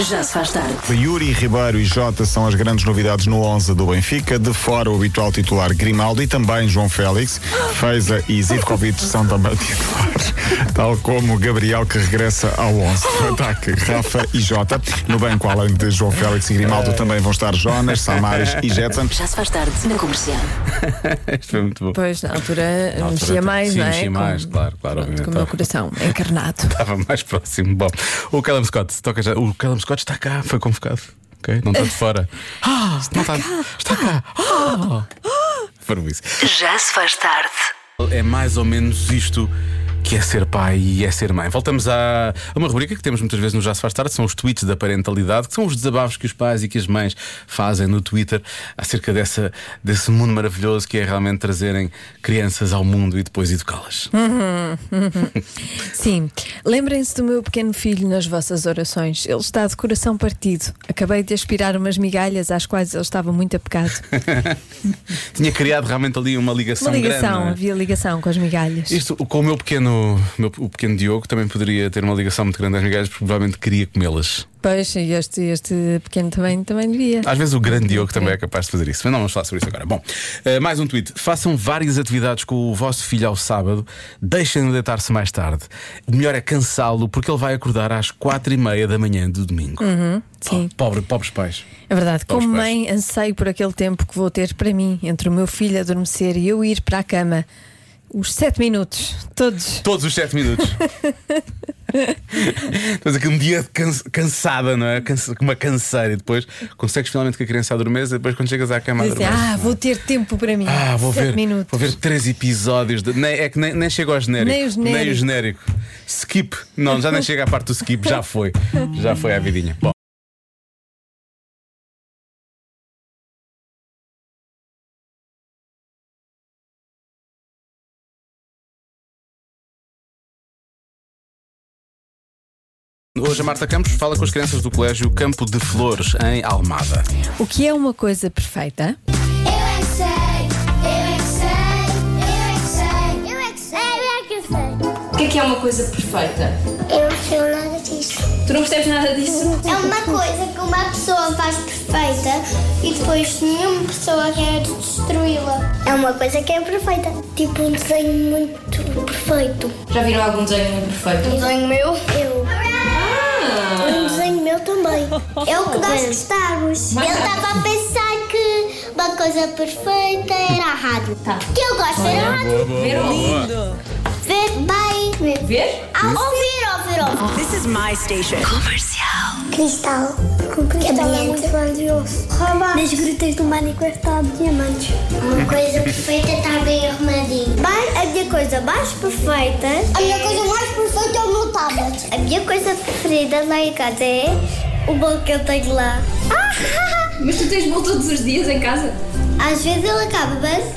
Já se faz tarde. Yuri Ribeiro e Jota são as grandes novidades no 11 do Benfica. De fora, o habitual titular Grimaldo e também João Félix. Feiza e Zivkovic são também titulares, tal como Gabriel, que regressa ao 11 do ataque. Rafa e Jota. No banco, além de João Félix e Grimaldo, também vão estar Jonas, Samaris e Jetson. Já se faz tarde na comercial. Isto foi muito bom. Pois, na altura mexia mais, Sim, não é? mexia mais, claro, então. claro, obviamente. Com o meu coração encarnado. Estava mais próximo. Bom, o Callum Scott toca já. O Callum Scott está cá, foi convocado. Ok? Não está de fora. Ah, está cá. Está cá. Ah. Parvoíce. Já se faz tarde. É mais ou menos isto que é ser pai e é ser mãe. Voltamos à- a uma rubrica que temos muitas vezes no Já Se Faz Tarde, são os tweets da parentalidade, que são os desabafos que os pais e que as mães fazem no Twitter acerca dessa, desse mundo maravilhoso que é realmente trazerem crianças ao mundo e depois educá-las. Sim, lembrem-se do meu pequeno filho nas vossas orações. Ele está de coração partido. Acabei de aspirar umas migalhas às quais ele estava muito apegado. Tinha criado realmente ali uma ligação, Uma ligação, grande. não é? havia ligação com as migalhas. Isto, com o meu pequeno, meu- o pequeno Diogo também poderia ter uma ligação muito grande às migalhas, porque provavelmente queria comê-las. Pois, e este, este pequeno também, também devia. Às vezes o grande Diogo também é capaz de fazer isso, mas não vamos falar sobre isso agora. Bom, eh, mais um tweet. Façam várias atividades com o vosso filho ao sábado, deixem-no deitar-se mais tarde. O melhor é cansá-lo, porque ele vai acordar às quatro e meia da manhã do domingo. Sim. Oh, pobre, pobres pais. É verdade, Vamos como para mãe, anseio por aquele tempo que vou ter para mim, entre o meu filho adormecer e eu ir para a cama. Os sete minutos, todos. Todos os 7 minutos. Estás aqui um dia de cansa- cansada, não é? Cansa- Com uma canseira. E depois consegues finalmente que a criança adormeça. E depois, quando chegas à cama, Dizem, adormece. ah, vou ter tempo para mim. é?" Ah, vou sete ver, minutos. vou ver três episódios. de- nem, é que nem, nem chega ao genérico. Nem o genérico. genérico. Skip. Não, já nem chega à parte do skip. Já foi. Já foi à vidinha. Bom. Hoje a Marta Campos fala com as crianças do Colégio Campo de Flores, em Almada. O que é uma coisa perfeita? Eu é que sei, eu é que sei, eu é que sei, eu é que sei, eu é que sei. O que é que é uma coisa perfeita? Eu não sei nada disso. Tu não percebes nada disso? É uma coisa que uma pessoa faz perfeita e depois nenhuma pessoa quer destruí-la. É uma coisa que é perfeita. Tipo um desenho muito perfeito. Um Já viram algum desenho muito perfeito? Ah! desenho meu? Eu. Um desenho meu também. É o que nós gostávamos. Eu estava a pensar que uma coisa perfeita era a rádio. Que eu gosto era a rádio. Ver ou ouvir? Ver bem. Ver? Ah, ouvir, ouvir, ouvir. This is my station. Comercial. Cristal. Com cristal é muito grandioso. Roubar. Das grutas do Minecraft há diamantes. Uma coisa perfeita está bem arrumadinho. a minha coisa mais perfeita... A minha coisa mais perfeita é o meu tablet. A minha coisa preferida lá em casa é o bolo que eu tenho lá. Ah! Mas tu tens bolo todos os dias em casa? Às vezes ele acaba, mas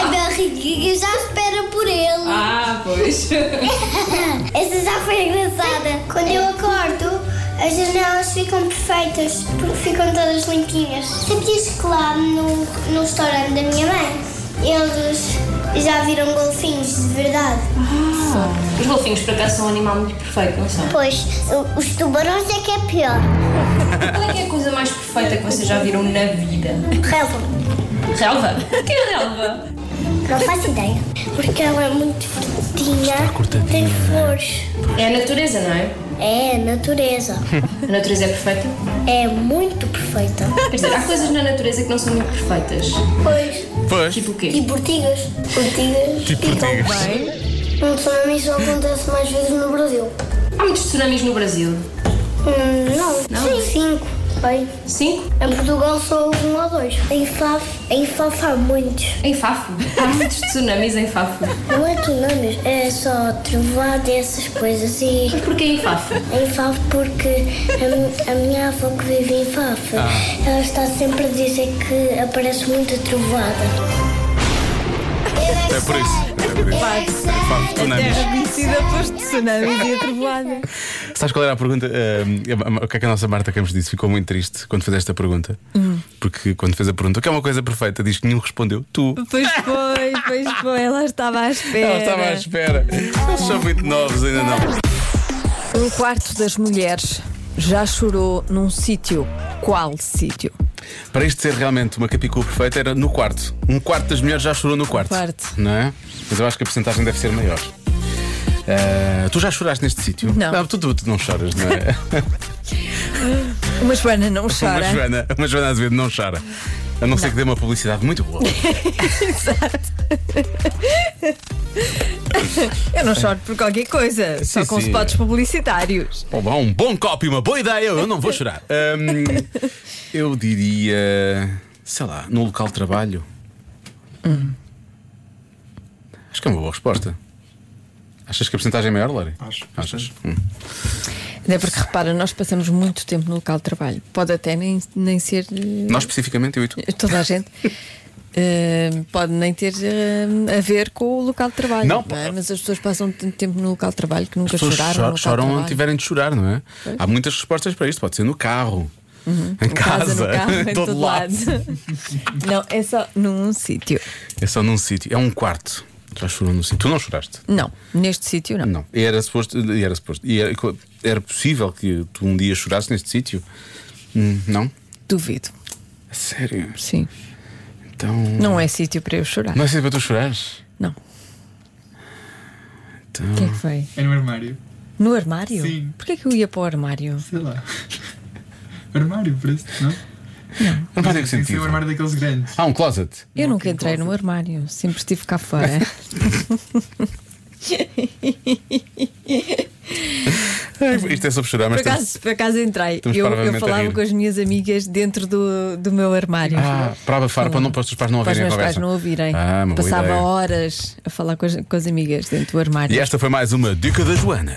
a barriguinha já espera por ele. Ah, pois. Essa já foi engraçada. Quando eu acordo, as janelas ficam perfeitas, porque ficam todas limpinhas. Sempre disse que lá no, no restaurante da minha mãe, eles já viram golfinhos de verdade. Os golfinhos, por acaso, são um animal muito perfeito, não são? Pois, os tubarões é que é pior. Qual é que é a coisa mais perfeita que vocês já viram na vida? Relva, Relva? O que é relva? não faço ideia. Porque ela é muito verdinha, tem flores. É a natureza, não é? É, a natureza. A natureza é perfeita? É muito perfeita. Quer dizer, há coisas na natureza que não são muito perfeitas. Pois. Pois. é Tipo o E quê? portigas. Portigas. Tipo portigas. Um tsunami só acontece mais vezes no Brasil. Há muitos tsunamis no Brasil. Hum, não. Sim. Cinco. Bem, Cinco? em Portugal só houve um ou dois. Em Faf, em Faf há muitos. Em Fafo. Há muitos tsunamis em Fafo. Não é tsunamis, é só trovada e essas coisas. E Mas porquê em Fafo? em Faf, porque a, mi- a minha avó que vive em Faf, ela está sempre a dizer que aparece muita trovada. É por isso. É por isso. Faz É tsunamis. Conhecida por tsunamis e a trovoada. Sabes qual era a pergunta? Ah, o que é que a nossa Marta Campos disse? Ficou muito triste quando fez esta pergunta. Hum. Porque quando fez a pergunta, o que é uma coisa perfeita? Diz que nenhum respondeu. Tu. Pois foi, pois foi, ela estava à espera. Ela estava à espera. Eles são muito novos, ainda não. Um quarto das mulheres já chorou num sítio? Qual sítio? Para isto ser realmente uma capicua perfeita, era no quarto. Um quarto das mulheres já chorou no quarto. quarto. Não é? Mas eu acho que a porcentagem deve ser maior. Ah, tu já choraste neste sítio? Ah, Não. tu, tu- tu não choras, não é? Uma Joana não uma, chora. Joana, uma Joana Azevedo não chora. A não, ser que dê uma publicidade muito boa. Eu não choro por qualquer coisa, só Sim, com sim. spots publicitários. Bom, bom, um bom copo e uma boa ideia, eu não vou chorar. Ahm, eu diria, sei lá, no local de trabalho. Hum. Acho que é uma boa resposta. Achas que a porcentagem é maior, Lori? Acho. Achas? Até é porque repara, nós passamos muito tempo no local de trabalho. Pode até nem, nem ser eh, Nós especificamente, eu e tu. toda a gente. eh, pode nem ter eh, a ver com o local de trabalho, Não, é? mas as pessoas passam tanto tempo no local de trabalho que nunca As pessoas choraram. no choram, local choram de onde trabalho. tiverem de chorar, não é? Há muitas respostas para isto. Pode ser no carro, em Uhum. casa, casa, no carro, em em todo lado. não, é só num sítio. É só num sítio, é um quarto. Já chorou num sítio. Tu não choraste? Não, neste sítio não. Não, era suposto, era suposto, e era, era possível que tu um dia chorasses neste sítio? Hum, Não? Duvido. A Sério? Sim. Então. Não é sítio para eu chorar. Não é sítio para tu chorares? Não. Então. O que é que foi? É no armário. No armário? Sim. Porquê que eu ia para o armário? Sei lá. Armário, parece, não? Não faz nenhum Tem que ser o é sentido. armário daqueles grandes. Há um closet. Eu nunca entrei no armário, sempre estive cá fora. Isto é sobre chorar, por, mas. estamos- acaso, por acaso entrei. Estamos Eu, eu parvamente a falava rir. com as minhas amigas dentro do, do meu armário. Ah, para abafar, para, não, para os teus pais não Para os ouvirem meus a pais conversa. não ouvirem. Ah, uma boa Passava ideia. horas a falar com as, com as amigas dentro do armário. E esta foi mais uma dica da Joana.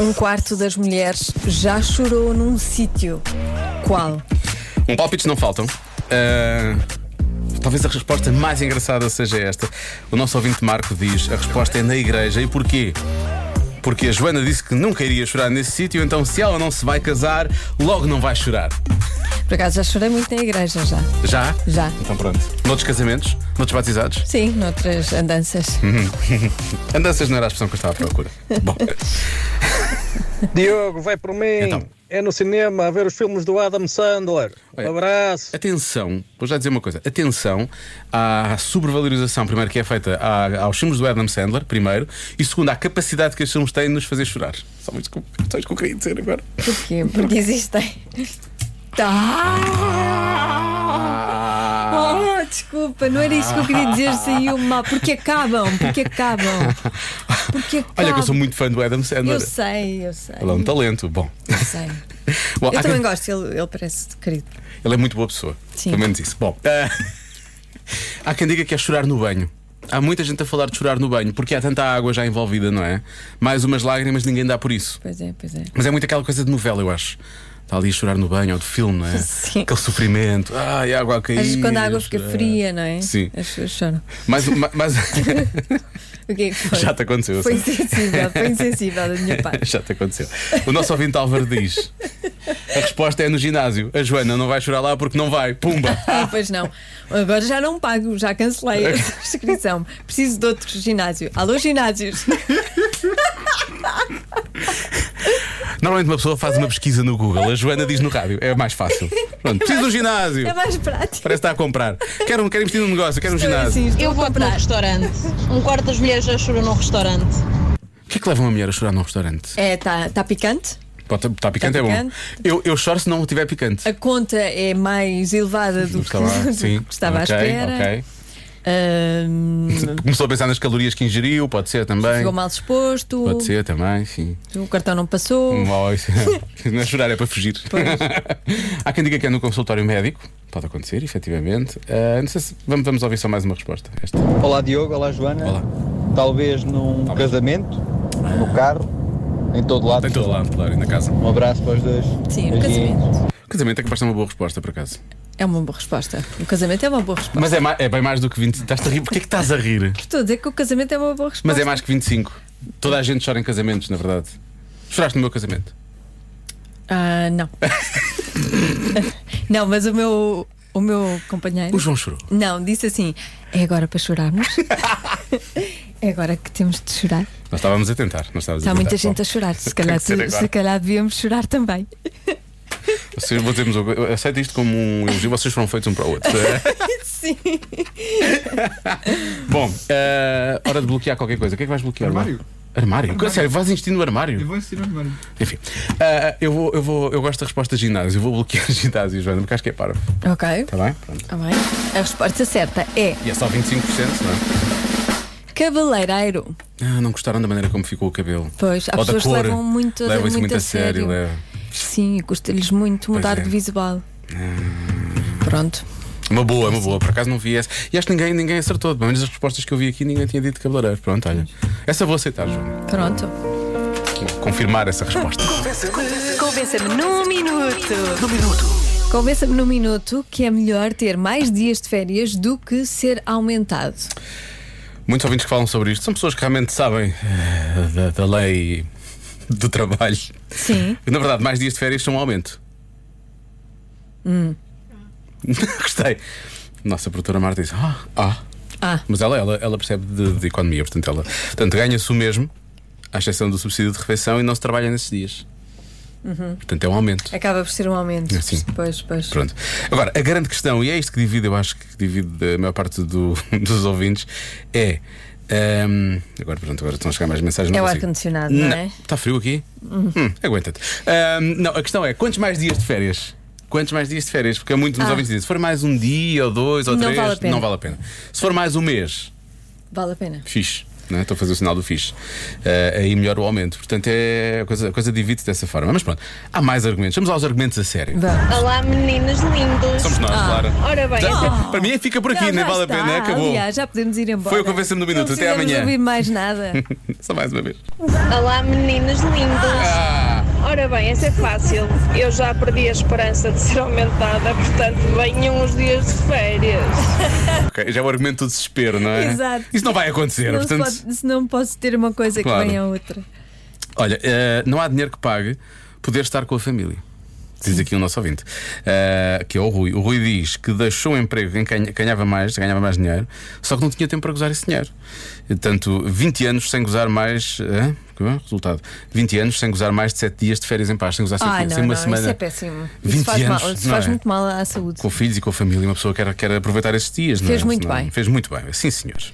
Um quarto das mulheres já chorou num sítio. Qual? Um palpites não faltam. Ah, talvez a resposta mais engraçada seja esta. O nosso ouvinte Marco diz: a resposta é na igreja. E porquê? Porque a Joana disse que nunca iria chorar nesse sítio, então se ela não se vai casar, logo não vai chorar. Por acaso já chorei muito na igreja já. Já? Já. Então pronto. Noutros casamentos? Noutros batizados? Sim, noutras andanças. Hum. Andanças não era a expressão que eu estava à procura. Bom, Diogo, vai por mim. Então. É no cinema a ver os filmes do Adam Sandler. Olha. Um abraço. atenção, vou já dizer uma coisa: atenção à sobrevalorização, primeiro, que é feita à- aos filmes do Adam Sandler, primeiro, e segundo, à capacidade que os filmes têm de nos fazer chorar. São muitas questões que eu queria dizer agora. Porquê? Porque existem. Tá. Ah. Oh, desculpa, não era isso que eu queria dizer, saiu mal. Porque acabam, porque acabam. Porque acabam. Olha, que eu sou muito fã do Adam Sandler. Eu sei, eu sei. Ele é um talento. Bom, Eu sei. Bom, Eu há também quem- gosto, ele, ele parece querido. Ele é muito boa pessoa. Sim. Pelo menos isso. Bom, ah, há quem diga que é chorar no banho. Há muita gente a falar de chorar no banho porque há tanta água já envolvida, não é? Mais umas lágrimas, ninguém dá por isso. Pois é, pois é. Mas é muito aquela coisa de novela, eu acho. Está ali a chorar no banho ou de filme, não é? Sim. Aquele sofrimento. Ai, a água a cair. Às vezes quando a água fica chorar. fria, não é? Sim. As pessoas choram. Mas, ma- mas- O que é que foi? já te aconteceu. eu Foi sei. insensível, foi insensível da minha parte. Já te aconteceu. O nosso ouvinte Álvaro diz: a resposta é no ginásio. A Joana não vai chorar lá porque não vai. Pumba! Ah, pois não. Agora já não pago, já cancelei a inscrição. Preciso de outro ginásio. Alô, ginásios. Normalmente uma pessoa faz uma pesquisa no Google, a Joana diz no rádio, é mais fácil. Pronto, preciso de um ginásio. É mais prático. Parece que está a comprar. Quero, um- quero investir num negócio, quero um ginásio. Assim, estou Eu a vou para um comprar. restaurante. Um quarto das mulheres já chorou num restaurante. O que é que leva uma mulher a chorar num restaurante? É, está tá picante. Está picante, Tá é bom. picante. Eu, eu choro se não tiver picante. A conta é mais elevada do que, Estava, do que sim, estava ok, à espera. ok. Ahm, Começou a pensar nas calorias que ingeriu, pode ser também. ficou mal disposto. Pode ser também, sim. O cartão não passou. Um mau- não é chorar, é para fugir. Há quem diga que é no consultório médico. Pode acontecer, efetivamente. Ah, não sei se. Vamos, vamos ouvir só mais uma resposta. Esta. Olá Diogo, olá Joana. Olá. Talvez num casamento, no carro, em todo lado. Tem todo lado, claro, na casa. Um abraço para os dois. Sim, no Beijinhos. casamento. Casamento é que parece uma boa resposta, por acaso. É uma boa resposta. O casamento é uma boa resposta. Mas é, ma- é bem mais do que 20. Estás a rir? Porquê é que estás a rir? Estou a dizer que o casamento é uma boa resposta. Mas é mais que 25. Toda a gente chora em casamentos, na verdade. Choraste no meu casamento. Ah, não. não, mas o meu, o meu companheiro. O João chorou. Não, disse assim: é agora para chorarmos. É agora que temos de chorar. Nós estávamos a tentar. Nós estávamos Está a tentar. muita gente é, tá Bom, a chorar. Se tem calhar, que ser tu- agora. se calhar devíamos chorar também. Vocês, vou dizer-vos, uma coisa, eu aceito isto como um elogio, vocês foram feitos um para o outro. Sim. Bom, eh, hora de bloquear qualquer coisa. O que é que vais bloquear? Armário. Marco? Armário? Sério, vais insistir no armário? Eu vou assistir o armário. Enfim, eh, eu, vou, eu, vou, eu gosto da resposta ginásio. Eu vou bloquear ginásio, Joana, porque acho que é parvo. Ok, Está bem? Pronto. está bem. A resposta certa é E é só 25%, não cabeleireiro. é? Ah, não gostaram da maneira como ficou o cabelo. Pois, há Ou da pessoas que cor. levam muito, Levam isso muito a sério. levam. Sim, e custa-lhes muito mudar é. Ah. de visual. Pronto. Uma boa, uma boa. Por acaso não vi essa. E acho que ninguém, ninguém acertou. Pelo menos as respostas que eu vi aqui, ninguém tinha dito cabeleireiro. Pronto, olha. Essa vou aceitar, Joana. Pronto. Vou confirmar essa resposta. Convença-me num minuto. Convença-me num minuto que é melhor ter mais dias de férias do que ser aumentado. Muitos ouvintes que falam sobre isto são pessoas que realmente sabem eh, da, da lei do trabalho. Sim. Na verdade, mais dias de férias são um aumento. Gostei. Nossa, a produtora Marta disse: Ah, ah. Ah. Mas ela, ela, ela percebe de, de economia, portanto, ela portanto, ganha-se o mesmo, à exceção do subsídio de refeição, e não se trabalha nesses dias. Portanto, é um aumento. Acaba por ser um aumento. É, sim. Pois, pois. Pronto. Agora, a grande questão, e é isto que divide, eu acho que divide a maior parte do- dos ouvintes, é. ahm, agora, pronto, agora estão a chegar mais mensagens. não É o consigo. ar-condicionado, não é? Está frio aqui? Hum, Aguenta-te. Ahm, não, a questão é: quantos mais dias de férias? Quantos mais dias de férias? Porque há muitos nos Ah. ouvintes dizem: se for mais um dia, ou dois, ou Não três, vale a pena. não vale a pena. Se for mais um mês, Vale a pena. fixe. não é? Estou a fazer o sinal do fixe. Ah, aí melhor o aumento. Portanto, é, a coisa, a coisa divide-se dessa forma. Mas pronto, há mais argumentos. Vamos aos argumentos a sério. Vamos. Olá, meninos lindos. Somos nós, Clara. Ora bem, Já- Para mim fica por aqui, Já- nem já vale a pena, está. acabou. Aliás, já podemos ir embora. Foi o Convença-me no Minuto. Não Até amanhã. precisamos ouvir mais nada. Só mais uma vez. olá, meninos lindos. Ora bem, essa é fácil. Eu já perdi a esperança de ser aumentada, portanto, venham uns dias de férias. Ok, já é o argumento do desespero, não é? Exato. Isso não vai acontecer, não, se portanto. pode- se não posso ter uma coisa Claro. que venha a outra. Olha, eh, não há dinheiro que pague poder estar com a família. Diz aqui o nosso ouvinte, eh, que é o Rui. O Rui diz que deixou o emprego em que ganha- ganhava mais, ganhava mais dinheiro, só que não tinha tempo para gozar esse dinheiro. Portanto, 20 anos sem gozar mais. hã? Que bom resultado. 20 anos sem gozar mais de 7 dias de férias em paz, sem gozar Ah, sem, não, sem uma não, semana. isso é péssimo. 20 isso faz, anos, mal, isso não faz é? muito mal à saúde. Com filhos e com a família, uma pessoa quer, quer aproveitar esses dias, não é? Fez muito Senão- bem. Fez muito bem, sim, senhores.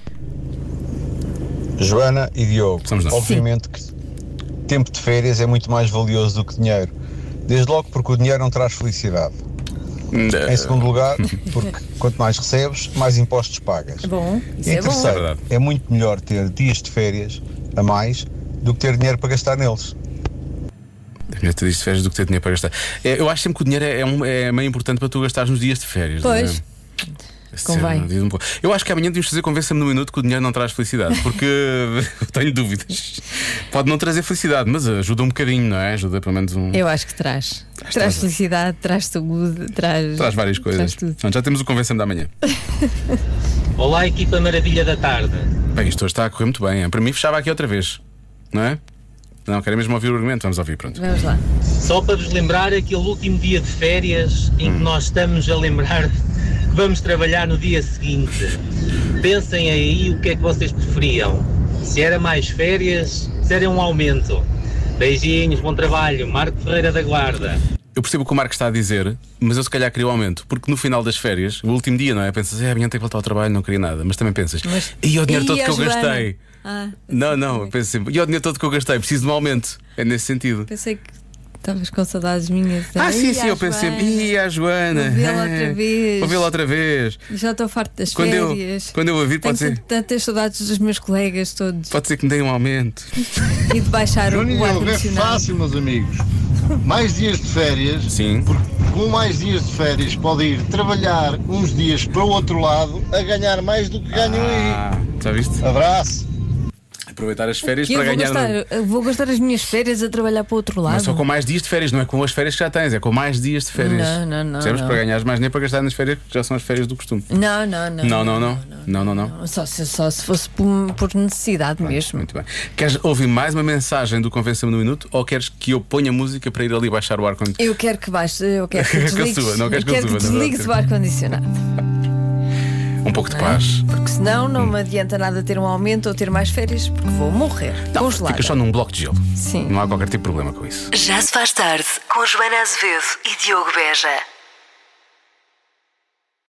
Joana e Diogo, Somos nós. obviamente que tempo de férias é muito mais valioso do que dinheiro. Desde logo porque o dinheiro não traz felicidade. É Em segundo lugar, porque quanto mais recebes, mais impostos pagas. Bom, E isso em é bom. É terceiro, verdade. é muito melhor ter dias de férias a mais do que ter dinheiro para gastar neles. Melhor ter dias de férias do que ter dinheiro para gastar. É, eu acho sempre que o dinheiro é, é, um- é meio importante para tu gastares nos dias de férias. não é? Pois. Esse Convém. é um dia um pouco- Eu acho que amanhã devíamos fazer convença-me no minuto que o dinheiro não traz felicidade, porque eu tenho dúvidas. Pode não trazer felicidade, mas ajuda um bocadinho, não é? Ajuda pelo menos um. Eu acho que traz. Traz, traz- felicidade, traz saúde, traz. Traz várias coisas. Traz tudo. Portanto, já temos o convença-me da manhã. Olá, equipa Maravilha da Tarde. Bem, isto hoje está a correr muito bem. hein? Para mim, fechava aqui outra vez, não é? Não, quero mesmo ouvir o argumento, vamos ouvir, pronto. Vamos lá. Só para vos lembrar aquele último dia de férias em que nós estamos a lembrar que vamos trabalhar no dia seguinte. Pensem aí o que é que vocês preferiam. Se era mais férias, se era um aumento. Beijinhos, bom trabalho. Marco Ferreira da Guarda. Eu percebo o que o Marco está a dizer, mas eu se calhar queria o aumento, porque no final das férias, o último dia, não é? Pensas, é, amanhã tenho que voltar ao trabalho, não queria nada. Mas também pensas, Mas- e o dinheiro Ih, todo a que eu Joana. gastei? Ah, Não, não, eu penso sempre, e o dinheiro todo que eu gastei? Preciso de um aumento. É nesse sentido. pensei que estavas com saudades minhas. Ah, sim, Ai, sim, eu penso sempre, e a Joana? Vou vê-la é, outra vez." Vou vê-la outra vez. Já estou farto das Quando eu, férias. quando eu a vir, Tenho pode ser, tant- tantas saudades dos meus colegas todos pode ser que me deem um aumento. e de baixar o, o Juninho, é ar-condicionado. fácil, meus amigos. Mais dias de férias. Sim. Porque com mais dias de férias pode ir trabalhar uns dias para o outro lado a ganhar mais do que ganham Ah, já viste? aí. Abraço. Aproveitar as férias Que eu para vou ganhar. gastar, eu vou gastar as minhas férias a trabalhar para o outro Não é lado. só com mais dias de férias, não é com as férias que já tens, é com mais dias de férias. Não, não, não, Percebes? não. Para ganhares mais nem para gastar nas férias, que já são as férias do costume. Não, não, não. Não, não, não. Não, não, não. Só, se, só se fosse por, por necessidade mesmo. Muito bem. Queres ouvir mais uma mensagem do Convença-me no Minuto ou queres que eu ponha música para ir ali baixar o ar condicionado? Eu quero que baixe, eu quero que Queres que eu desligues, suba? Não queres eu que eu quero suba, que não é? desligues o ar-condicionado. um pouco de paz. Porque senão não Hum. me adianta nada ter um aumento ou ter mais férias, porque vou morrer. congelada. Fica só num bloco de gelo. Sim. Não há qualquer tipo de problema com isso. Já se faz tarde com Joana Azevedo e Diogo Beja.